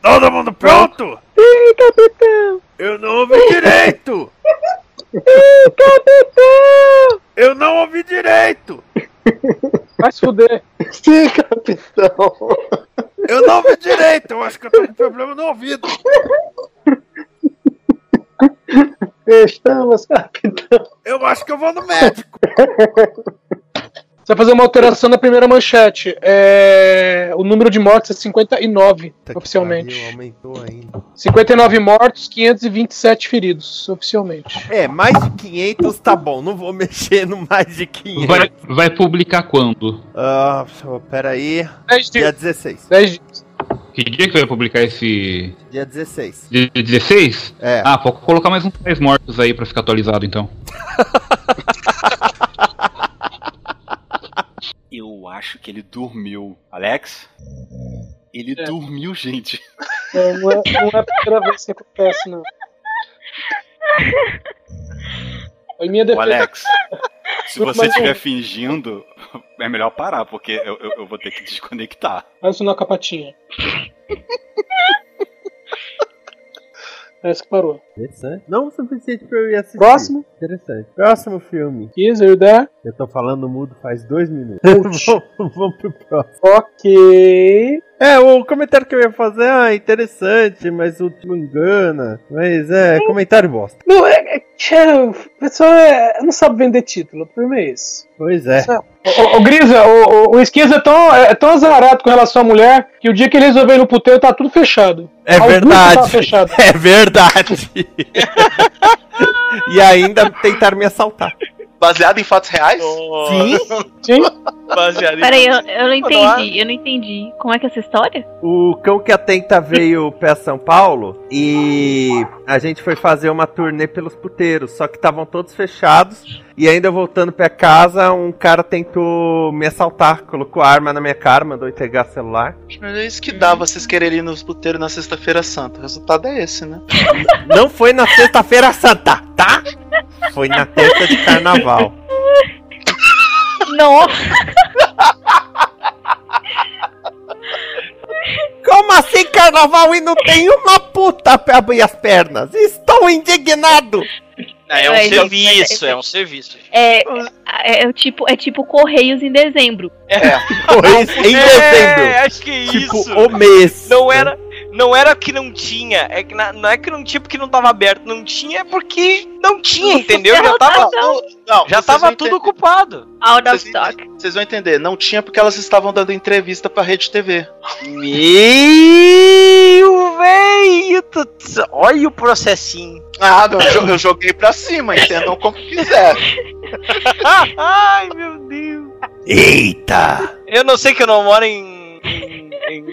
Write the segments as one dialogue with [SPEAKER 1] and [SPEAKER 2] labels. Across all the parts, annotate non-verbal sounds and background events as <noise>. [SPEAKER 1] Todo mundo pronto?
[SPEAKER 2] Ih, capitão!
[SPEAKER 1] Eu não ouvi direito!
[SPEAKER 2] Ih, capitão!
[SPEAKER 1] Eu não ouvi direito!
[SPEAKER 3] Vai se fuder.
[SPEAKER 4] Sim, capitão.
[SPEAKER 1] Eu não ouvi direito! Eu acho que eu tô com problema no ouvido!
[SPEAKER 4] Estamos, capitão.
[SPEAKER 1] Eu acho que eu vou no médico!
[SPEAKER 3] Você vai fazer uma alteração na primeira manchete. É... O número de mortes é 59,
[SPEAKER 2] Pariu,
[SPEAKER 3] oficialmente.
[SPEAKER 2] aumentou ainda.
[SPEAKER 3] 59 mortos, 527 feridos, oficialmente.
[SPEAKER 2] É, mais de 500 tá bom, não vou mexer no mais de 500.
[SPEAKER 5] Vai, vai publicar quando?
[SPEAKER 2] Ah, peraí.
[SPEAKER 3] 10
[SPEAKER 2] Dia
[SPEAKER 3] dias.
[SPEAKER 2] 16.
[SPEAKER 3] 10 dias.
[SPEAKER 5] Que dia que vai publicar esse.
[SPEAKER 2] Dia 16.
[SPEAKER 5] Dia 16?
[SPEAKER 2] É.
[SPEAKER 5] Ah, vou colocar mais uns 10 mortos aí pra ficar atualizado então.
[SPEAKER 6] Eu acho que ele dormiu. Alex? Ele
[SPEAKER 3] É. <laughs>
[SPEAKER 6] dormiu, gente.
[SPEAKER 3] Não, não é, não é a primeira vez que acontece, não. Em minha
[SPEAKER 6] O
[SPEAKER 3] defesa,
[SPEAKER 6] Alex, se
[SPEAKER 3] Mas
[SPEAKER 6] você
[SPEAKER 3] eu-
[SPEAKER 6] estiver fingindo, é melhor parar, porque eu, eu- eu vou ter que desconectar.
[SPEAKER 3] mas não é capatinha. Parece É que parou.
[SPEAKER 2] Interessante. Não o suficiente pra eu ir assistir.
[SPEAKER 3] Próximo.
[SPEAKER 2] Interessante. Próximo filme.
[SPEAKER 3] Is there there?
[SPEAKER 2] Eu tô falando mudo faz dois <laughs> minutos.
[SPEAKER 3] Ouch.
[SPEAKER 2] vamos, vamos pro próximo.
[SPEAKER 3] Ok.
[SPEAKER 2] É, o comentário que eu ia fazer, ah, interessante, mas o time engana. Mas é,
[SPEAKER 3] Hum.
[SPEAKER 2] comentário bosta.
[SPEAKER 3] Não, é, é, cara, o pessoal é, não sabe vender título, o problema é esse.
[SPEAKER 2] Pois é.
[SPEAKER 3] Ô, ô, Grisa, o, o, o Esquiza é tão, é tão azarado com relação à mulher que o dia que ele resolveu ir no puteiro tá tudo fechado.
[SPEAKER 2] É
[SPEAKER 3] Augusto Tá
[SPEAKER 2] verdade.
[SPEAKER 3] fechado.
[SPEAKER 2] <laughs> É
[SPEAKER 3] <laughs>
[SPEAKER 2] verdade. e ainda tentaram me assaltar.
[SPEAKER 7] Baseado em fatos reais?
[SPEAKER 2] Sim.
[SPEAKER 3] Sim?
[SPEAKER 7] Baseado
[SPEAKER 8] Peraí, eu, eu não
[SPEAKER 7] Manoá.
[SPEAKER 8] entendi, eu não entendi. Como é que é essa história?
[SPEAKER 2] O Cão que Atenta veio pra São Paulo e a gente foi fazer uma turnê pelos puteiros, só que estavam todos fechados. E ainda voltando pra casa, um cara tentou me assaltar, colocou arma na minha cara, mandou entregar celular.
[SPEAKER 7] Mas é isso que dá vocês quererem ir nos puteiros na sexta-feira santa. O resultado é esse, né?
[SPEAKER 2] Não foi na sexta-feira santa, tá? Foi na terça de carnaval.
[SPEAKER 8] Nossa,
[SPEAKER 2] Como assim carnaval e não tem uma puta pra abrir as pernas? Estou indignado!
[SPEAKER 8] é um Mas- serviço, é
[SPEAKER 7] um serviço.
[SPEAKER 8] é, é, é tipo, é tipo Correios em dezembro.
[SPEAKER 7] É.
[SPEAKER 2] Foi em
[SPEAKER 7] tá
[SPEAKER 2] dezembro.
[SPEAKER 9] É, acho que é
[SPEAKER 2] Tipo,
[SPEAKER 9] isso.
[SPEAKER 2] o mês.
[SPEAKER 9] Não era, não era que não tinha. É que na- não é que não tinha porque não tava aberto. Não tinha é porque não tinha,
[SPEAKER 8] Nossa,
[SPEAKER 9] entendeu?
[SPEAKER 8] ferrou,
[SPEAKER 9] Já tava,
[SPEAKER 8] não.
[SPEAKER 7] Não,
[SPEAKER 9] já
[SPEAKER 7] vocês
[SPEAKER 9] tava
[SPEAKER 7] vão
[SPEAKER 9] tudo
[SPEAKER 7] entender-
[SPEAKER 9] ocupado.
[SPEAKER 8] Out of
[SPEAKER 7] Vocês,
[SPEAKER 8] stock.
[SPEAKER 7] vocês vão entender, não tinha porque elas estavam dando entrevista pra Rede TV.
[SPEAKER 9] Meu velho! tu- Olha o processinho.
[SPEAKER 7] Ah, não, eu, jo- eu joguei pra cima, entendam como quiser.
[SPEAKER 9] <laughs> Ai, meu Deus.
[SPEAKER 2] Eita!
[SPEAKER 9] Eu não sei que eu não moro em, em em,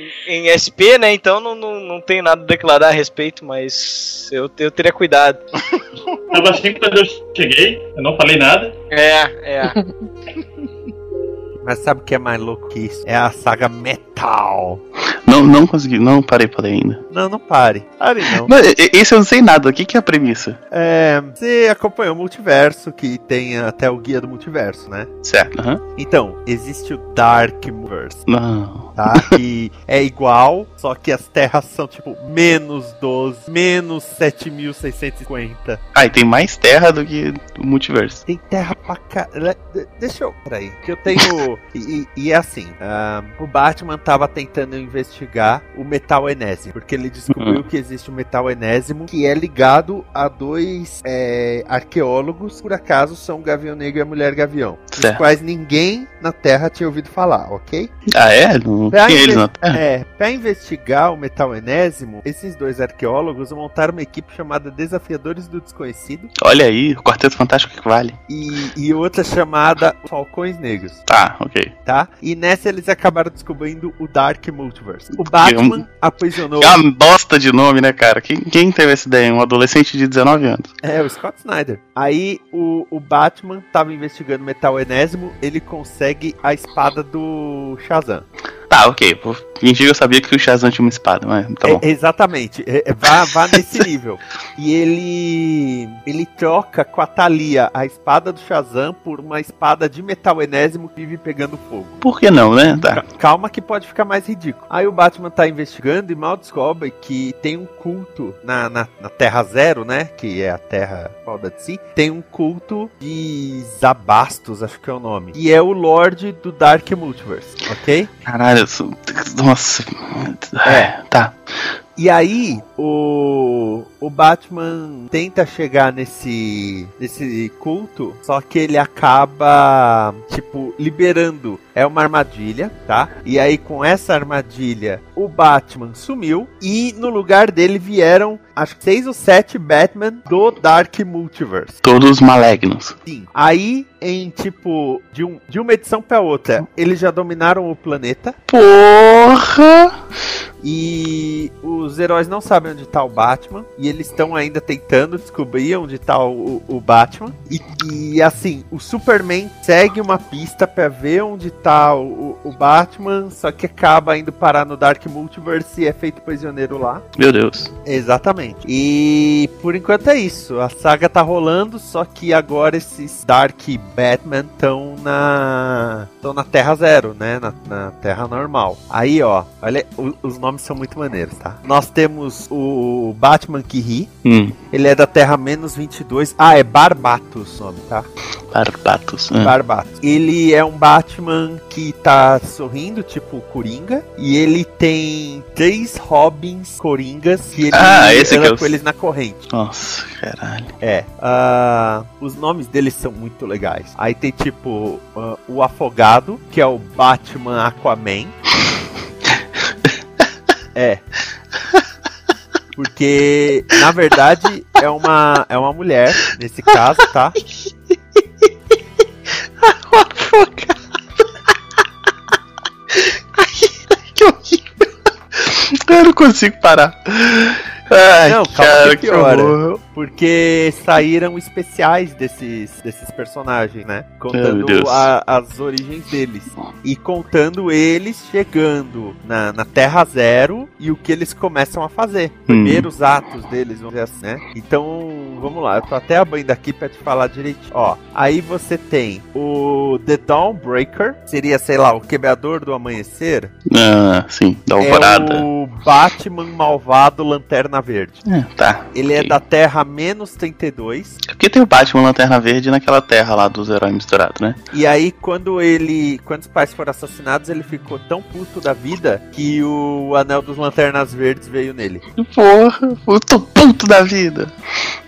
[SPEAKER 9] em SP, né? Então não, não, não tem nada a declarar a respeito, mas eu, eu teria cuidado.
[SPEAKER 10] Tava assim quando <laughs> eu cheguei, eu não falei nada.
[SPEAKER 9] É, é.
[SPEAKER 2] Mas sabe o que é mais louco que isso? É a saga Metal.
[SPEAKER 11] Não, não consegui, não parei, parei ainda.
[SPEAKER 2] Não, não pare. Pare não.
[SPEAKER 11] Mas e- esse eu não sei nada, o que, que é a premissa?
[SPEAKER 2] É, você acompanhou o multiverso, que tem até o guia do multiverso, né?
[SPEAKER 11] Certo, aham.
[SPEAKER 2] Então, existe o Dark Multiverse.
[SPEAKER 11] Não.
[SPEAKER 2] Tá? Que é igual, só que as terras são tipo menos 12, menos 7.650.
[SPEAKER 11] Ah, e tem mais terra do que o multiverso.
[SPEAKER 2] Tem terra pra caralho. Deixa eu. Peraí. Que eu <laughs> tenho. e, e- e é assim: ah, o Batman tava tentando investigar o metal enésimo. Porque ele descobriu que existe um metal enésimo que é ligado a dois é, arqueólogos. Por acaso são o Gavião Negro e a Mulher Gavião. Dos
[SPEAKER 11] Certo.
[SPEAKER 2] quais ninguém na Terra tinha ouvido falar, ok?
[SPEAKER 11] Ah, é? Não
[SPEAKER 2] Pra
[SPEAKER 11] tem
[SPEAKER 2] <laughs> inves-
[SPEAKER 11] eles na terra?
[SPEAKER 2] É, pra investigar o metal enésimo, esses dois arqueólogos montaram uma equipe chamada Desafiadores do Desconhecido
[SPEAKER 11] Olha aí, o Quarteto Fantástico que vale.
[SPEAKER 2] e, e outra chamada Falcões Negros,
[SPEAKER 11] Tá, ok.
[SPEAKER 2] tá? E nessa eles acabaram descobrindo o Dark Multiverse. O Batman aprisionou.
[SPEAKER 11] É uma bosta de nome, né, cara? Quem, quem teve essa ideia? Um adolescente de 19 anos.
[SPEAKER 2] É, o Scott Snyder. Aí o, o Batman tava investigando o metal enésimo, ele consegue a espada do Shazam.
[SPEAKER 11] Tá, ok. Vou fingir que eu sabia que o Shazam tinha uma espada, mas tá bom.
[SPEAKER 2] É, exatamente, é, é, vá, vá
[SPEAKER 11] <laughs>
[SPEAKER 2] nesse nível. E ele ele troca com a Thalia a espada do Shazam por uma espada de metal enésimo que vive pegando fogo.
[SPEAKER 11] Por que não, né? Tá.
[SPEAKER 2] Calma que pode ficar mais ridículo. Aí o Batman tá investigando e mal descobre que tem um culto na, na, na Terra Zero, né? Que é a Terra Falda de Si. Tem um culto de Zabastos, acho que é o nome. E é o Lorde do Dark Multiverse, ok?
[SPEAKER 11] Caralho, eu sou- nossa.
[SPEAKER 2] É.
[SPEAKER 11] Tá.
[SPEAKER 2] E aí, o, o Batman tenta chegar nesse, nesse culto, só que ele acaba, tipo, liberando. É uma armadilha, tá? E aí, com essa armadilha, o Batman sumiu. E no lugar dele vieram, acho que seis ou sete Batman do Dark Multiverse.
[SPEAKER 11] Todos malignos.
[SPEAKER 2] Sim. Aí, em tipo, de, um, de uma edição pra outra, eles já dominaram o planeta.
[SPEAKER 11] Porra!
[SPEAKER 2] E os heróis não sabem onde tá o Batman. E eles estão ainda tentando descobrir onde tá o, o Batman. E, e, assim, o Superman segue uma pista pra ver onde tá o, o- o Batman. Só que acaba indo parar no Dark Multiverse e é feito prisioneiro lá.
[SPEAKER 11] Meu Deus.
[SPEAKER 2] Exatamente. E por enquanto é isso. A saga tá rolando, só que agora esses Dark Batman estão na. estão na Terra Zero, né? Na, na Terra normal. Aí, ó, olha, o- os nomes são muito maneiros, tá? Nós temos o Batman que ri.
[SPEAKER 11] Hum,
[SPEAKER 2] Ele é da Terra menos 22. Ah, é Barbatos o nome, tá?
[SPEAKER 11] Barbatos.
[SPEAKER 2] É.
[SPEAKER 11] hum.
[SPEAKER 2] Barbatos. Ele é um Batman que tá sorrindo, tipo Coringa. E ele tem três Robins Coringas que ele
[SPEAKER 11] Ah, esse
[SPEAKER 2] anda
[SPEAKER 11] que eu-
[SPEAKER 2] com eles na corrente.
[SPEAKER 11] Nossa, caralho. <laughs>
[SPEAKER 2] É. ah, os nomes deles são muito legais. Aí tem tipo ah, o Afogado, que é o Batman
[SPEAKER 11] <laughs>
[SPEAKER 2] Aquaman. é. Porque, na verdade, é uma, é uma mulher, nesse caso, tá?
[SPEAKER 11] Que horrível. Eu não consigo parar. Ai,
[SPEAKER 2] Não, calma
[SPEAKER 11] cara,
[SPEAKER 2] que
[SPEAKER 11] que
[SPEAKER 2] piora.
[SPEAKER 11] horror.
[SPEAKER 2] Porque saíram especiais desses, desses personagens, né?
[SPEAKER 11] Meu
[SPEAKER 2] Contando
[SPEAKER 11] Deus.
[SPEAKER 2] a- as origens deles. E contando eles chegando na, na Terra Zero e o que eles começam a fazer.
[SPEAKER 11] Hum.
[SPEAKER 2] Primeiros atos deles, vamos dizer assim, né? Então, vamos lá. Eu tô até abrindo aqui pra te falar direitinho. Ó, aí você tem o The Dawnbreaker. Seria, sei lá, o quebrador do amanhecer.
[SPEAKER 11] Ah, sim, da alvorada.
[SPEAKER 2] É o Batman malvado Lanterna Verde.
[SPEAKER 11] É, tá.
[SPEAKER 2] Ele é
[SPEAKER 11] Ok.
[SPEAKER 2] da Terra menos 32.
[SPEAKER 11] É porque tem o Batman Lanterna Verde naquela terra lá dos heróis misturados, né?
[SPEAKER 2] E aí, quando ele. Quando os pais foram assassinados, ele ficou tão puto da vida que o Anel dos Lanternas Verdes veio nele.
[SPEAKER 11] Porra, eu tô puto da vida.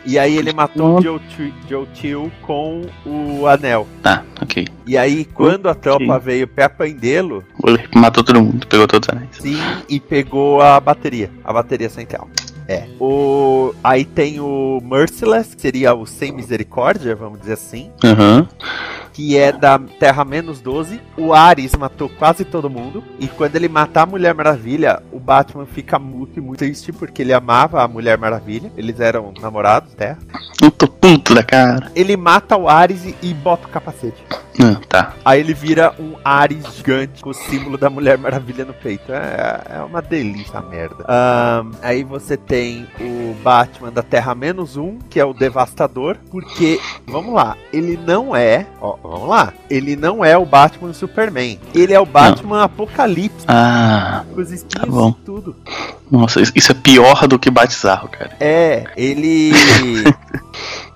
[SPEAKER 2] E aí ele matou o Joe Ti- Joe Till com o anel.
[SPEAKER 11] Tá, ok.
[SPEAKER 2] E aí, quando a tropa veio pra prendê-lo,
[SPEAKER 11] Ele matou todo mundo, pegou todos os anéis.
[SPEAKER 2] sim, e pegou a bateria. A bateria central. É. O... Aí tem o Merciless, que seria o Sem Misericórdia, vamos dizer assim.
[SPEAKER 11] Aham.
[SPEAKER 2] que é da Terra menos 12. O Ares matou quase todo mundo. E quando ele matar a Mulher Maravilha, o Batman fica muito, muito triste porque ele amava a Mulher Maravilha. Eles eram namorados, até.
[SPEAKER 11] Eu tô puto da cara.
[SPEAKER 2] Ele mata o Ares e- e bota o capacete.
[SPEAKER 11] Ah, tá.
[SPEAKER 2] Aí ele vira um Ares gigante com o símbolo da Mulher Maravilha no peito. É, é uma delícia a merda. Ahn, aí você tem o Batman da Terra menos um, que é o Devastador, porque, vamos lá, ele não é. Ó, vamos lá. Ele não é o Batman Superman. Ele é o Batman Apocalipse.
[SPEAKER 11] Ah,
[SPEAKER 2] Com os espinhos
[SPEAKER 11] tá bom.
[SPEAKER 2] e tudo.
[SPEAKER 11] Nossa, isso- isso é pior do que batizarro, cara.
[SPEAKER 2] É,
[SPEAKER 11] <laughs>
[SPEAKER 2] ele.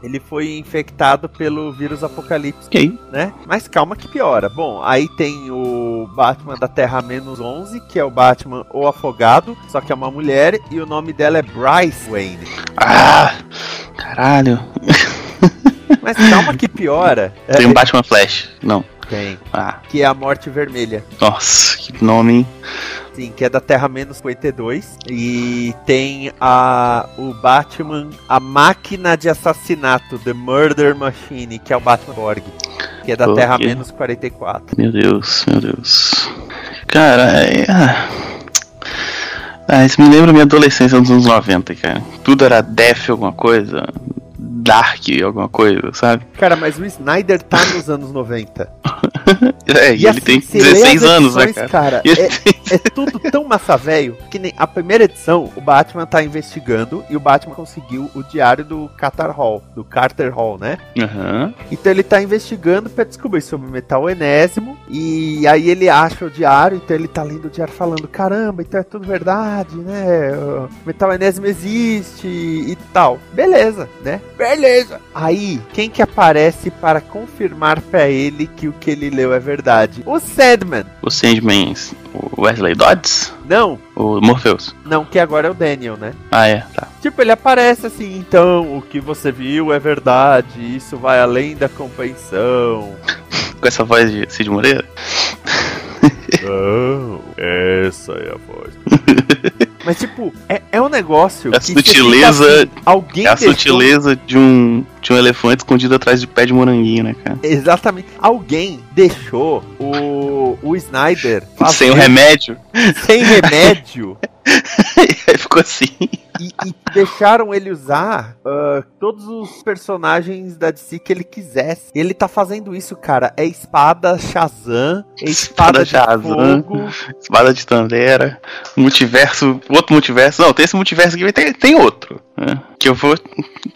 [SPEAKER 2] ele foi infectado pelo vírus apocalipse.
[SPEAKER 11] Ok.
[SPEAKER 2] Né? Mas calma que piora. Bom, aí tem o Batman da Terra menos 11, que é o Batman ou afogado, só que é uma mulher e o nome dela é Bryce Wayne.
[SPEAKER 11] Ah! Caralho.
[SPEAKER 2] Mas calma que piora.
[SPEAKER 11] Tem um Batman Flash. Não.
[SPEAKER 2] Tem.
[SPEAKER 11] Ah,
[SPEAKER 2] Que é a Morte Vermelha.
[SPEAKER 11] nossa, que nome, hein?
[SPEAKER 2] Sim, que é da Terra menos 52. E tem a o Batman, a máquina de assassinato, The Murder Machine, que é o Batman Borg, que é da
[SPEAKER 11] Ok.
[SPEAKER 2] Terra menos 44.
[SPEAKER 11] Meu Deus, meu Deus. Cara, é. Ah, Ah, isso me lembra minha adolescência nos anos 90, cara. Tudo era Def alguma coisa, Dark alguma coisa, sabe?
[SPEAKER 2] Cara, mas o Snyder tá nos anos 90.
[SPEAKER 11] É, e, ele
[SPEAKER 2] assim,
[SPEAKER 11] tem
[SPEAKER 2] você lê as
[SPEAKER 11] 16 anos, né,
[SPEAKER 2] edições, cara,
[SPEAKER 11] cara? E ele-
[SPEAKER 2] é, é tudo tão massa velho que nem a primeira edição, o Batman tá investigando e o Batman conseguiu o diário do Carter Hall, do Carter Hall, né?
[SPEAKER 11] <laughs> Aham.
[SPEAKER 2] Então ele tá investigando pra descobrir sobre o metal enésimo. E aí ele acha o diário, então ele tá lendo o diário falando: caramba, então é tudo verdade, né? O metal enésimo existe e tal. Beleza, né? Beleza! Aí, quem que aparece para confirmar pra ele que o que ele leu é verdade? O Sandman!
[SPEAKER 11] O Sandman, o Wesley Dodds?
[SPEAKER 2] Não,
[SPEAKER 11] O Morpheus?
[SPEAKER 2] não, que agora é o Daniel, né?
[SPEAKER 11] Ah, é, tá.
[SPEAKER 2] Tipo, ele aparece assim, então, o que você viu é verdade, isso vai além da compreensão.
[SPEAKER 11] Com essa voz de Cid Moreira?
[SPEAKER 2] Não, essa é a voz.
[SPEAKER 11] <laughs>
[SPEAKER 2] Mas, tipo, é, é um negócio.
[SPEAKER 11] A
[SPEAKER 2] que você fica
[SPEAKER 11] sutileza-
[SPEAKER 2] assim, alguém
[SPEAKER 11] É a
[SPEAKER 2] deixou-
[SPEAKER 11] sutileza de um, de um elefante escondido atrás de pé de moranguinho, né, cara?
[SPEAKER 2] Exatamente. Alguém deixou o, o Snyder.
[SPEAKER 11] Sem o remédio. <laughs>
[SPEAKER 2] Sem remédio.
[SPEAKER 11] Aí ficou assim.
[SPEAKER 2] e deixaram ele usar ah, todos os personagens da DC que ele quisesse. Ele tá fazendo isso, cara. É espada Shazam, é espada,
[SPEAKER 11] Espada Shazam.
[SPEAKER 2] de fogo.
[SPEAKER 11] Espada de Tandera, multiverso, outro multiverso. Não, tem esse multiverso aqui, mas tem, tem outro. né? Que eu vou.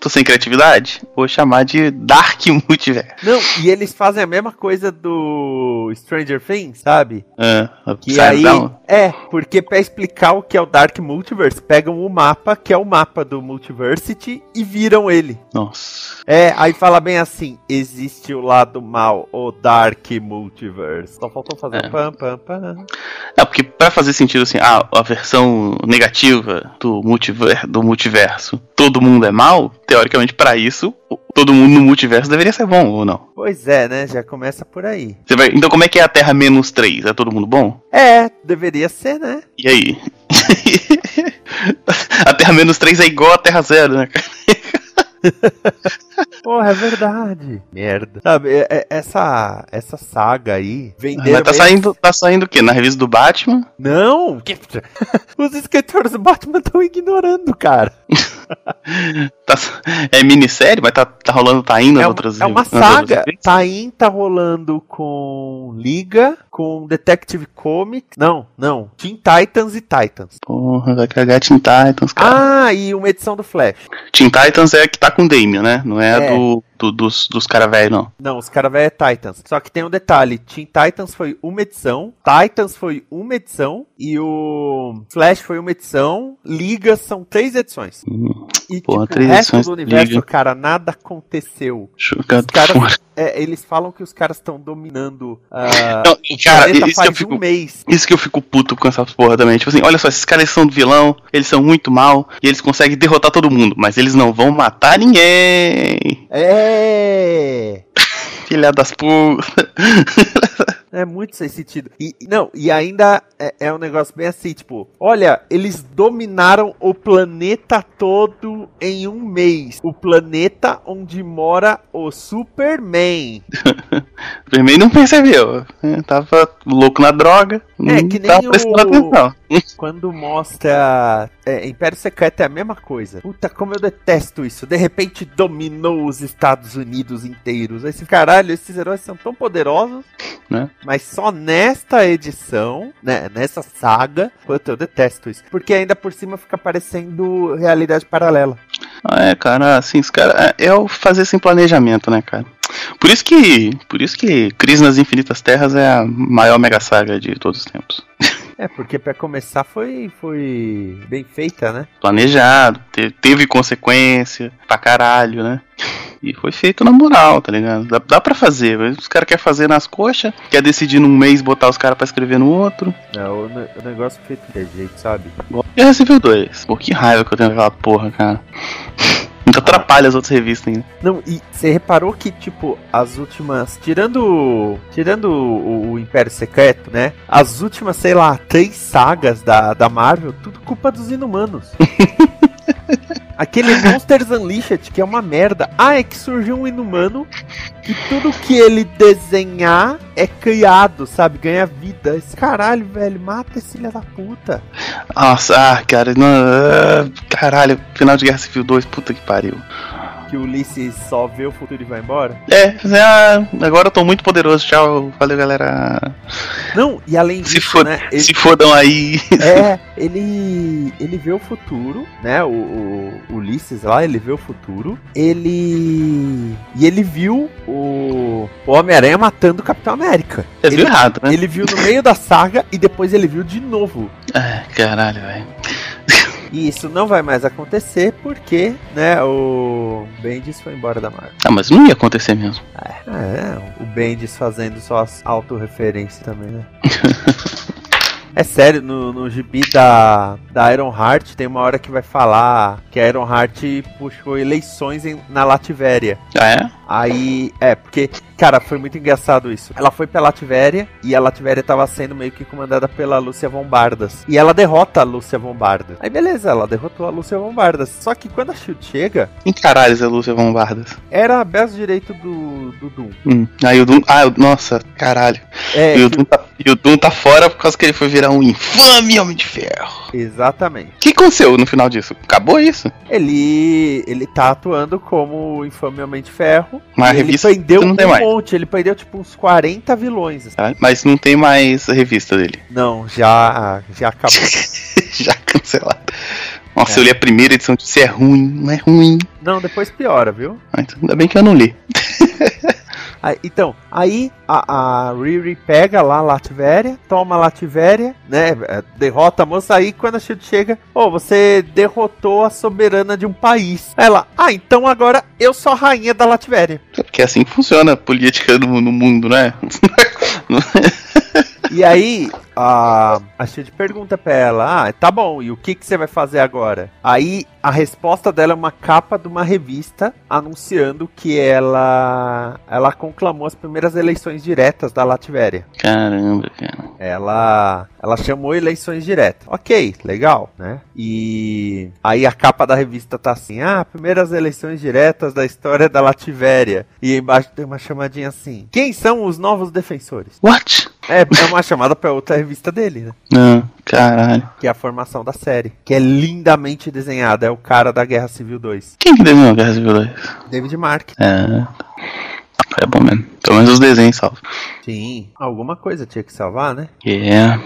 [SPEAKER 11] tô sem criatividade. Vou chamar de Dark Multiverso.
[SPEAKER 2] Não, e eles fazem a mesma coisa do Stranger Things, sabe?
[SPEAKER 11] Ah,
[SPEAKER 2] Que
[SPEAKER 11] sabe,
[SPEAKER 2] aí
[SPEAKER 11] dá um-
[SPEAKER 2] é, porque pra explicar o que é o Dark Multiverse, pegam o mapa, que é o mapa do Multiversity e viram ele.
[SPEAKER 11] Nossa.
[SPEAKER 2] É, aí fala bem assim: existe o lado mal, o Dark Multiverse. Só faltou fazer um
[SPEAKER 11] É.
[SPEAKER 2] pam pam pam.
[SPEAKER 11] É, porque pra fazer sentido assim, ah, a versão negativa do, multiver, do multiverso, todo mundo é mal, teoricamente pra isso, o- todo mundo no multiverso deveria ser bom, ou não?
[SPEAKER 2] Pois é, né? Já começa por aí.
[SPEAKER 11] Você vai- então como é que é a Terra menos 3? É todo mundo bom?
[SPEAKER 2] É, deveria ser, né?
[SPEAKER 11] E aí? <laughs> a Terra menos 3 é igual a Terra zero, né, cara?
[SPEAKER 2] Porra, é verdade. Merda. Sabe, é- é- essa, essa saga aí. Venderam.
[SPEAKER 11] Mas tá
[SPEAKER 2] bem-
[SPEAKER 11] saindo, tá saindo o quê? Na revista do Batman?
[SPEAKER 2] Não! <laughs> que- Os escritores do Batman estão ignorando, cara.
[SPEAKER 11] Tá- é minissérie, mas tá, tá rolando, tá indo nas
[SPEAKER 2] É uma,
[SPEAKER 11] outras
[SPEAKER 2] é uma
[SPEAKER 11] nas outras
[SPEAKER 2] saga.
[SPEAKER 11] revistas?
[SPEAKER 2] Tain tá rolando com Liga, com Detective Comics. Não, não. Teen Titans e Titans.
[SPEAKER 11] Porra, vai cagar Teen Titans, cara.
[SPEAKER 2] Ah, e uma edição do Flash.
[SPEAKER 11] Teen Titans é a que tá com o Damien, né? Não é, a
[SPEAKER 2] É.
[SPEAKER 11] do, do- dos, dos caras velhos, não.
[SPEAKER 2] Não, os caras velhos é Titans. Só que tem um detalhe: Teen Titans foi uma edição, Titans foi uma edição, e o Flash foi uma edição, Liga são três edições.
[SPEAKER 11] Hum,
[SPEAKER 2] E
[SPEAKER 11] Pô,
[SPEAKER 2] tipo, o
[SPEAKER 11] três
[SPEAKER 2] resto
[SPEAKER 11] edições
[SPEAKER 2] do
[SPEAKER 11] de
[SPEAKER 2] universo,
[SPEAKER 11] Liga.
[SPEAKER 2] cara, nada aconteceu.
[SPEAKER 11] Jogado <laughs>
[SPEAKER 2] Cara,
[SPEAKER 11] fora.
[SPEAKER 2] é, eles falam que os caras estão dominando ah,
[SPEAKER 11] Não,
[SPEAKER 2] o
[SPEAKER 11] cara,
[SPEAKER 2] planeta
[SPEAKER 11] isso que eu
[SPEAKER 2] faz
[SPEAKER 11] fico-
[SPEAKER 2] um mês.
[SPEAKER 11] Isso que eu fico puto com essa porra também. Tipo assim, olha só, esses caras são do vilão, eles são muito mal, e eles conseguem derrotar todo mundo, mas eles não vão matar ninguém.
[SPEAKER 2] É.
[SPEAKER 11] Filha das putas. <laughs>
[SPEAKER 2] É muito sem sentido. E e não, e ainda é, é um negócio bem assim, tipo, olha, eles dominaram o planeta todo em um mês. O planeta onde mora o Superman.
[SPEAKER 11] O Superman não percebeu. É, Tava louco na droga.
[SPEAKER 2] É,
[SPEAKER 11] não
[SPEAKER 2] que nem
[SPEAKER 11] tava prestando
[SPEAKER 2] o-
[SPEAKER 11] atenção.
[SPEAKER 2] Quando mostra. é, Império Secreto é a mesma coisa. Puta, como eu detesto isso. De repente dominou os Estados Unidos inteiros. Aí você, caralho, esses heróis são tão poderosos.
[SPEAKER 11] Né?
[SPEAKER 2] Mas só nesta edição, né, nessa saga, puta, eu detesto isso. Porque ainda por cima fica parecendo realidade paralela.
[SPEAKER 11] Ah, É, cara, assim, os cara é é o fazer sem planejamento, né, cara? Por isso que, por isso que Crise nas Infinitas Terras é a maior mega saga de todos os tempos.
[SPEAKER 2] É, porque pra começar foi, foi bem feita, né?
[SPEAKER 11] Planejado, te- teve consequência pra caralho, né? E foi feito na moral, tá ligado? Dá, dá pra fazer, mas os caras querem fazer nas coxas, quer decidir num mês botar os caras pra escrever no outro.
[SPEAKER 2] Não, o, ne- o negócio feito de jeito, sabe?
[SPEAKER 11] Eu recebi dois. Pô, que raiva que eu tenho daquela porra, cara. <laughs> Muito atrapalha as outras revistas ainda.
[SPEAKER 2] Não, e você reparou que, tipo, as últimas. Tirando. Tirando o, o Império Secreto, né? As últimas, sei lá, três sagas da, da Marvel, tudo culpa dos inumanos. Aquele Monsters Unleashed, que é uma merda. Ah, é que surgiu um inumano e tudo que ele desenhar é criado, sabe? Ganha vida. Esse caralho, velho, mata esse filho da puta.
[SPEAKER 11] Nossa, ah, cara, não, ah, caralho, final de Guerra Civil 2, puta que pariu.
[SPEAKER 2] Que o Ulisses só vê o futuro e vai embora.
[SPEAKER 11] É, fazer, ah, agora eu tô muito poderoso, tchau, valeu galera.
[SPEAKER 2] Não, e além né,
[SPEAKER 11] disso, se, fod- se fodam aí. <laughs>
[SPEAKER 2] É, ele. ele vê o futuro, né? O, o- o Ulisses lá, ele vê o futuro. Ele. E ele viu o. O Homem-Aranha matando o Capitão América.
[SPEAKER 11] Ele viu errado, né?
[SPEAKER 2] Ele viu no meio da saga e depois ele viu de novo.
[SPEAKER 11] Ah, caralho, velho.
[SPEAKER 2] E isso não vai mais acontecer porque, né, o Bendis foi embora da Marvel.
[SPEAKER 11] Ah, mas não ia acontecer <laughs> mesmo.
[SPEAKER 2] É, o Bendis fazendo só as autorreferências também, né? É sério, no, no gibi da, da Iron Heart tem uma hora que vai falar que a Iron Heart puxou eleições em- na Lativéria.
[SPEAKER 11] Ah, é?
[SPEAKER 2] Aí, é, porque, cara, foi muito engraçado isso. Ela foi pra Lativéria e a Lativéria tava sendo meio que comandada pela Lúcia Bombardas. E ela derrota a Lúcia Bombardas. Aí, beleza, ela derrotou a Lúcia Bombardas. Só que quando a Shield chega,
[SPEAKER 11] Em caralhos a Lúcia Bombardas.
[SPEAKER 2] era a braço direito do, do Doom.
[SPEAKER 11] Hum. Aí o Doom. Ah, o- nossa, caralho.
[SPEAKER 2] É,
[SPEAKER 11] e, o Doom tá, e o Doom tá fora por causa que ele foi virar um infame Homem de Ferro.
[SPEAKER 2] Exatamente.
[SPEAKER 11] O que aconteceu no final disso? Acabou isso?
[SPEAKER 2] Ele, ele tá atuando como o infame Homem de Ferro.
[SPEAKER 11] Mas a
[SPEAKER 2] E ele
[SPEAKER 11] revista
[SPEAKER 2] prendeu
[SPEAKER 11] não
[SPEAKER 2] um
[SPEAKER 11] tem mais.
[SPEAKER 2] monte, ele prendeu tipo uns 40 vilões. assim.
[SPEAKER 11] Caralho, Mas não tem mais a revista dele. <laughs>
[SPEAKER 2] Não, já, já acabou.
[SPEAKER 11] Já cancelado.
[SPEAKER 2] É.
[SPEAKER 11] Nossa, eu li a primeira edição disso. É ruim, não é ruim.
[SPEAKER 2] Não, depois piora, viu?
[SPEAKER 11] Mas ainda bem que eu não li.
[SPEAKER 2] Aí, então, aí a, a Riri pega lá a Lativéria, toma a Lativéria, né? é, Derrota a moça. Aí quando a Shield chega, ô, você derrotou a soberana de um país. Ela, ah, então agora eu sou a rainha da Lativéria.
[SPEAKER 11] Porque é assim que funciona a política no, no mundo, né?
[SPEAKER 2] E aí, a, a Shield pergunta pra ela: Ah, tá bom, e o que, que você vai fazer agora? Aí, a resposta dela é uma capa de uma revista anunciando que ela, ela conclamou as primeiras eleições diretas da Lativéria.
[SPEAKER 11] <laughs> Caramba, cara.
[SPEAKER 2] Ela, ela chamou eleições diretas. Ok, legal, né? E aí a capa da revista tá assim: ah, primeiras eleições diretas da história da Lativéria. E embaixo tem uma chamadinha assim: quem são os novos defensores?
[SPEAKER 11] What?
[SPEAKER 2] É, é uma <laughs> chamada pra outra revista dele, né?
[SPEAKER 11] Não, Ah, caralho.
[SPEAKER 2] Que é a formação da série, que é lindamente desenhada. É o cara da Guerra Civil 2,
[SPEAKER 11] Quem que desenhou a Guerra Civil 2?
[SPEAKER 2] David Mark.
[SPEAKER 11] É. É bom mesmo. Pelo menos os desenhos salvos.
[SPEAKER 2] Sim, alguma coisa tinha que salvar, né?
[SPEAKER 11] Yeah.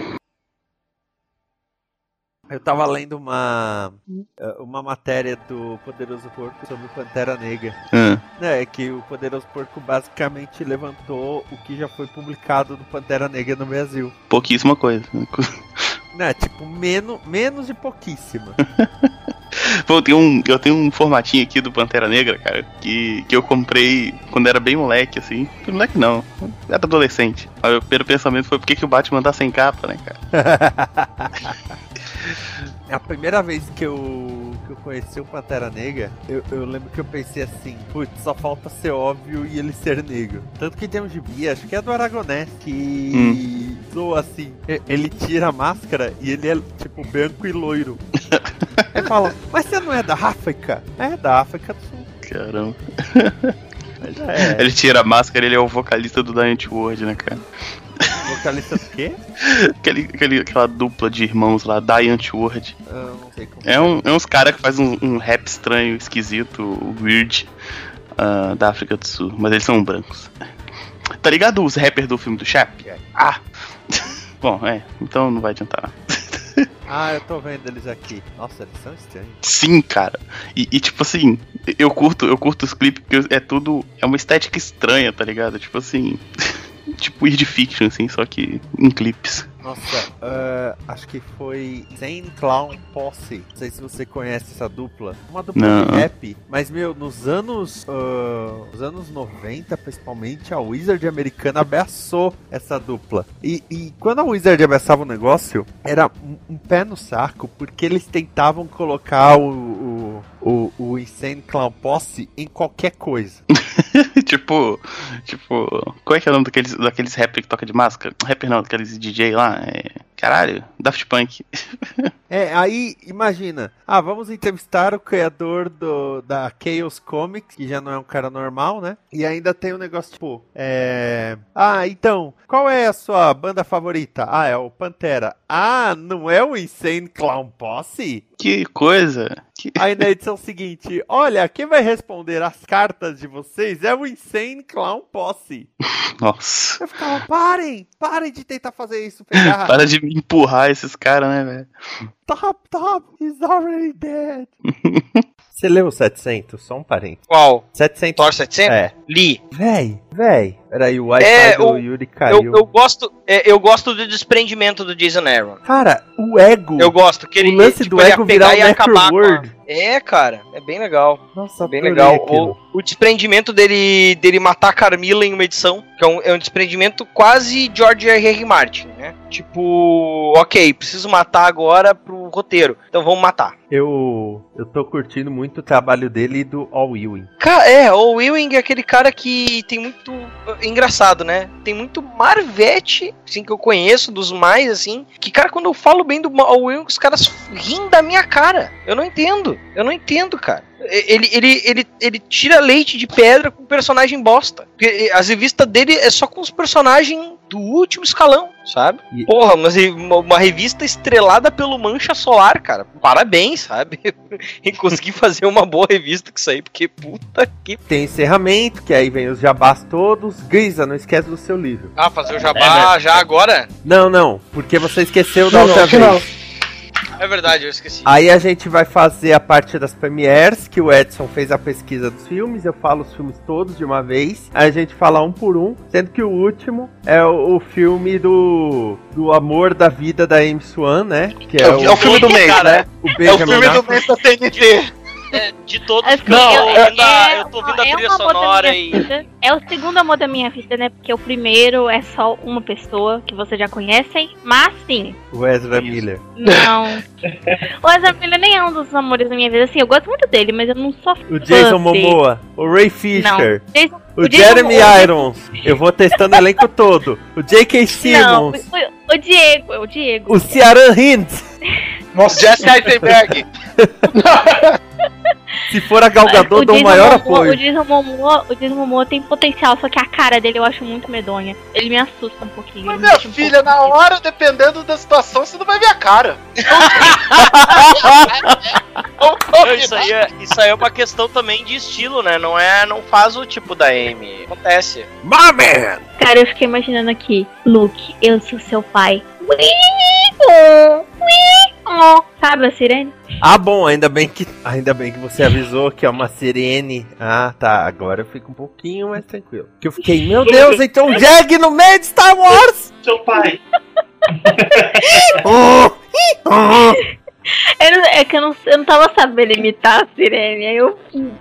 [SPEAKER 2] Eu tava lendo uma, eh, uma matéria do Poderoso Porco sobre o Pantera Negra.
[SPEAKER 11] Hum.
[SPEAKER 2] É, que o Poderoso Porco basicamente levantou o que já foi publicado do Pantera Negra no Brasil.
[SPEAKER 11] Pouquíssima coisa. <laughs>
[SPEAKER 2] Né, tipo, menos, menos de pouquíssima.
[SPEAKER 11] Pô, eu tenho, um, eu tenho um formatinho aqui do Pantera Negra, cara, que, que eu comprei quando era bem moleque, assim. Moleque não, era adolescente. Aí o primeiro pensamento foi por que, que o Batman tá sem capa, né, cara?
[SPEAKER 2] É A primeira vez que eu, que eu conheci o Pantera Negra, eu, eu lembro que eu pensei assim, putz, só falta ser óbvio e ele ser negro. Tanto que tem um gibi, acho que é do Aragonés, que zoa assim, e- ele tira a máscara e ele é tipo branco e loiro. Aí fala, mas você não é da África? É da África do Sul.
[SPEAKER 11] Caramba. É. <laughs> Ele tira a máscara, ele é o vocalista do Giant World, né, cara? <laughs>
[SPEAKER 2] Vocalista do quê?
[SPEAKER 11] Aquele, aquele- aquela dupla de irmãos lá, Giant World.
[SPEAKER 2] Ah, não sei como.
[SPEAKER 11] É, um, é uns caras que faz um, um rap estranho, esquisito, weird, ah, da África do Sul. Mas eles são brancos. Tá ligado os rappers do filme do Chap? Ah! <laughs> Bom, é, então não vai adiantar.
[SPEAKER 2] Ah, eu tô vendo eles aqui. Nossa, eles são estranhos.
[SPEAKER 11] Sim, cara. E, e, tipo assim, eu curto, eu curto os clipes porque é tudo. É uma estética estranha, tá ligado? Tipo assim. <laughs> tipo ir de fiction, assim, só que em clipes.
[SPEAKER 2] Nossa, ah, acho que foi Zen Clown Posse. Não sei se você conhece essa dupla. Uma dupla
[SPEAKER 11] Não.
[SPEAKER 2] de rap. Mas, meu, nos anos. ah, nos anos 90, principalmente, a Wizard americana abraçou essa dupla. E, e quando a Wizard abraçava o negócio, era um, um pé no saco, porque eles tentavam colocar o. o, o, o Insane Clown Posse em qualquer coisa.
[SPEAKER 11] <laughs> tipo. Tipo. Qual é que é o nome daqueles, daqueles rappers que toca de máscara? Um Rapper não, daqueles DJ lá. É, caralho, Daft Punk.
[SPEAKER 2] É, aí, imagina. Ah, vamos entrevistar o criador do, da Chaos Comics, que já não é um cara normal, né? E ainda tem um negócio tipo. É. Ah, então, qual é a sua banda favorita? Ah, é o Pantera. Ah, não é o Insane Clown Posse?
[SPEAKER 11] Que coisa. Que...
[SPEAKER 2] Aí na edição <laughs> seguinte, olha, quem vai responder as cartas de vocês é o Insane Clown Posse.
[SPEAKER 11] Nossa.
[SPEAKER 2] Eu ficava, parem, parem de tentar fazer isso, pegar.
[SPEAKER 11] Para de me empurrar esses caras, né, velho?
[SPEAKER 2] Top, top, he's already dead. <laughs> Você leu o 700? Só um parênteses.
[SPEAKER 9] Qual?
[SPEAKER 2] 700.
[SPEAKER 9] Thor 700?
[SPEAKER 2] É.
[SPEAKER 9] Li.
[SPEAKER 2] Véi, véi. Peraí, o Wi-Fi
[SPEAKER 9] É,
[SPEAKER 2] do
[SPEAKER 9] o-
[SPEAKER 2] Yuri
[SPEAKER 9] Eu,
[SPEAKER 2] caiu.
[SPEAKER 9] eu gosto, é, eu gosto do desprendimento do Jason Aaron.
[SPEAKER 2] Cara, o ego.
[SPEAKER 9] Eu gosto que ele,
[SPEAKER 2] O lance do
[SPEAKER 9] ele ia
[SPEAKER 2] ego
[SPEAKER 9] pegar
[SPEAKER 2] virar
[SPEAKER 9] e
[SPEAKER 2] o
[SPEAKER 9] acabar com a...
[SPEAKER 2] Necroworld.
[SPEAKER 9] É, cara, é bem legal.
[SPEAKER 2] Nossa,
[SPEAKER 9] é bem
[SPEAKER 2] adorei
[SPEAKER 9] legal.
[SPEAKER 2] aquilo.
[SPEAKER 9] O, o desprendimento dele, dele matar a Carmila em uma edição, que é um, é um desprendimento quase George R. R. Martin, né? Tipo, ok, preciso matar agora pro roteiro, então vamos matar.
[SPEAKER 2] Eu, eu tô curtindo muito o trabalho dele e do All Ewing.
[SPEAKER 9] Ca- É, o Ewing é aquele cara que tem muito. é Engraçado, né? Tem muito Marvete, assim, que eu conheço, dos mais, assim. Que, cara, quando eu falo bem do Ma- o Ewing, os caras riem da minha cara. Eu não entendo. Eu não entendo, cara. E- Ele, ele, ele, ele tira leite de pedra com um personagem bosta. Porque eh, as revistas dele é só com os personagens do último escalão, sabe?
[SPEAKER 2] E-
[SPEAKER 9] Porra, mas e- uma, uma revista estrelada pelo Mancha Solar, cara. Parabéns, sabe? <laughs> e consegui fazer uma boa revista com isso aí, porque puta que.
[SPEAKER 2] Tem encerramento, que aí vem os jabás todos. Grisa, não esquece do seu livro.
[SPEAKER 9] Ah, fazer o jabá já agora?
[SPEAKER 2] Não, não, porque você esqueceu da
[SPEAKER 9] Não,
[SPEAKER 2] outra
[SPEAKER 9] não, final.
[SPEAKER 2] vez.
[SPEAKER 9] É verdade, eu esqueci.
[SPEAKER 2] Aí a gente vai fazer a parte das premieres, que o Edson fez a pesquisa dos filmes, eu falo os filmes todos de uma vez, aí a gente fala um por um, sendo que o último é o, o filme do, do amor da vida da Amy Swan, né? Que é, o,
[SPEAKER 4] filme do mês,
[SPEAKER 2] cara,
[SPEAKER 4] né?
[SPEAKER 2] O Benjamin Affleck.
[SPEAKER 4] mês da TNT.
[SPEAKER 12] É, de todos
[SPEAKER 8] É,
[SPEAKER 12] os que eu tô
[SPEAKER 8] eu- eu-
[SPEAKER 12] ouvindo, a-
[SPEAKER 8] é
[SPEAKER 12] eu tô ouvindo a
[SPEAKER 8] É
[SPEAKER 12] trilha
[SPEAKER 8] um amor da
[SPEAKER 12] sonora
[SPEAKER 8] minha
[SPEAKER 12] e.
[SPEAKER 8] vida. É o segundo amor da minha vida, né? Porque o primeiro é só uma pessoa que vocês já conhecem. Mas sim,
[SPEAKER 2] O Ezra Miller.
[SPEAKER 8] não. o Ezra Miller nem é um dos amores da minha vida. Assim, eu gosto muito dele, mas eu não sou fã
[SPEAKER 2] O Jason
[SPEAKER 8] dele.
[SPEAKER 2] Momoa. O Ray Fisher.
[SPEAKER 8] Não. Jason-
[SPEAKER 2] O,
[SPEAKER 8] o Jason
[SPEAKER 2] Jeremy
[SPEAKER 8] Momoa. é
[SPEAKER 2] Irons. Eu vou testando o elenco todo. O J.K.
[SPEAKER 8] Não,
[SPEAKER 2] Simmons.
[SPEAKER 8] foi- o Diego, é o Diego.
[SPEAKER 2] O Ciaran Hinds.
[SPEAKER 3] Nossa,
[SPEAKER 9] Jesse Eisenberg.
[SPEAKER 2] Se for a Galgador, dou o
[SPEAKER 8] Jason
[SPEAKER 2] maior
[SPEAKER 8] Momoa- O
[SPEAKER 2] apoio.
[SPEAKER 8] Jason, Momoa, o Jason Momoa tem potencial, só que a cara dele eu acho muito medonha. Ele me assusta um pouquinho. ele me
[SPEAKER 4] Minha
[SPEAKER 8] deixa um
[SPEAKER 4] filha, na hora, dependendo da situação, você não vai ver a cara.
[SPEAKER 12] Não, isso, aí é, isso aí é uma questão também de estilo, né? Não é, não faz o tipo da Amy. Acontece.
[SPEAKER 2] My man!
[SPEAKER 8] Cara, eu fiquei imaginando aqui, Luke, eu sou seu pai. Sabe a sirene?
[SPEAKER 2] Ah, bom, ainda bem que ainda bem que você avisou que é uma sirene. Ah, tá. Agora eu fico um pouquinho mais tranquilo. Que eu fiquei, meu Deus, então o Jag no meio de Star <laughs> Wars!
[SPEAKER 10] Seu pai!
[SPEAKER 2] Oh!
[SPEAKER 8] Eu não- é que eu não, eu não tava sabendo imitar a sirene, aí eu,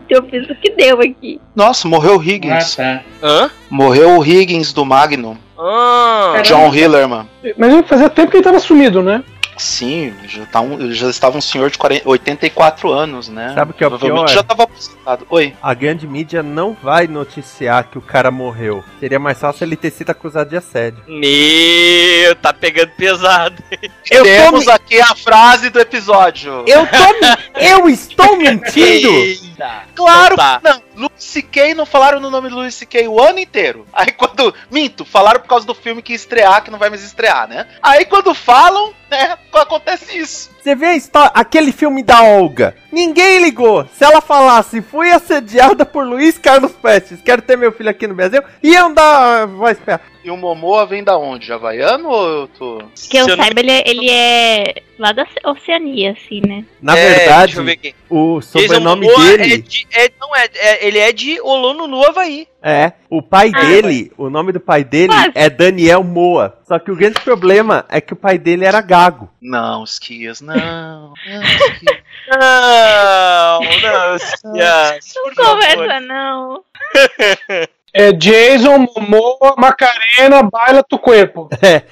[SPEAKER 8] eu fiz o que deu aqui.
[SPEAKER 7] Nossa, morreu o
[SPEAKER 11] Ah,
[SPEAKER 7] Higgins.
[SPEAKER 2] Ah, tá.
[SPEAKER 9] Hã?
[SPEAKER 7] Morreu o Higgins do Magnum.
[SPEAKER 9] Ah,
[SPEAKER 2] Hum.
[SPEAKER 7] John Hillerman.
[SPEAKER 3] Mas ele fazia tempo que ele tava sumido, né?
[SPEAKER 7] Sim, já, tá um- já estava um senhor de 40 84 anos, né?
[SPEAKER 2] Sabe o que é o
[SPEAKER 7] Provavelmente
[SPEAKER 2] pior?
[SPEAKER 7] já estava aposentado. Oi.
[SPEAKER 2] A grande mídia não vai noticiar que o cara morreu. Seria mais fácil ele ter sido acusado de assédio.
[SPEAKER 12] Meu, tá pegando pesado.
[SPEAKER 2] Eu tô
[SPEAKER 7] Temos
[SPEAKER 2] me-
[SPEAKER 7] aqui a frase do episódio.
[SPEAKER 2] Eu tô me- Eu estou mentindo!
[SPEAKER 12] Eita.
[SPEAKER 2] <laughs>
[SPEAKER 7] Claro!
[SPEAKER 12] Então tá.
[SPEAKER 7] Não,
[SPEAKER 11] Lucy Kay não falaram no nome do Lucy Kay o ano inteiro. Aí quando. Minto, falaram por causa do filme que ia estrear, que não vai mais estrear, né? Aí quando falam, né, acontece isso.
[SPEAKER 2] Você vê a história, aquele filme da Olga. Ninguém ligou. Se ela falasse, fui assediada por Luiz Carlos Prestes, quero ter meu filho aqui no Brasil, iam dar voz pra
[SPEAKER 11] E o Momoa vem da onde? Havaiano ou eu tô.
[SPEAKER 8] Que eu saiba, ele, é- ele é lá da Oce- Oceania, assim, né?
[SPEAKER 2] Na
[SPEAKER 13] É,
[SPEAKER 2] verdade,
[SPEAKER 13] deixa eu ver aqui.
[SPEAKER 2] o sobrenome
[SPEAKER 13] Momoa
[SPEAKER 2] dele.
[SPEAKER 13] É de, é- não, é, é- ele é de Olono no Havaí.
[SPEAKER 2] É, o pai dele, o nome do pai dele é Daniel Moa. Só que o grande problema é que o pai dele era gago.
[SPEAKER 11] Não, Esquias, não.
[SPEAKER 13] <laughs>
[SPEAKER 9] Não,
[SPEAKER 2] <laughs>
[SPEAKER 9] não, Cias.
[SPEAKER 8] Não conversa, não.
[SPEAKER 3] É Jason, Momoa, Macarena, baila tu corpo.
[SPEAKER 2] É.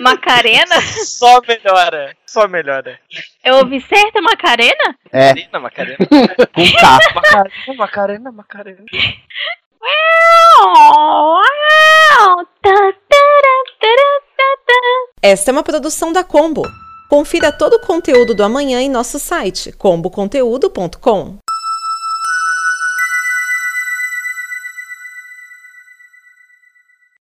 [SPEAKER 8] Macarena?
[SPEAKER 9] Só melhora. Só melhora.
[SPEAKER 8] Eu ouvi certa Macarena?
[SPEAKER 2] É.
[SPEAKER 9] Macarena, Macarena.
[SPEAKER 2] Com K.
[SPEAKER 13] Macarena, Macarena, Macarena.
[SPEAKER 8] Uau, uau, tá, tará, tará, tá, tá.
[SPEAKER 14] Esta é uma produção da Combo. Confira todo o conteúdo do amanhã em nosso site comboconteúdo.com.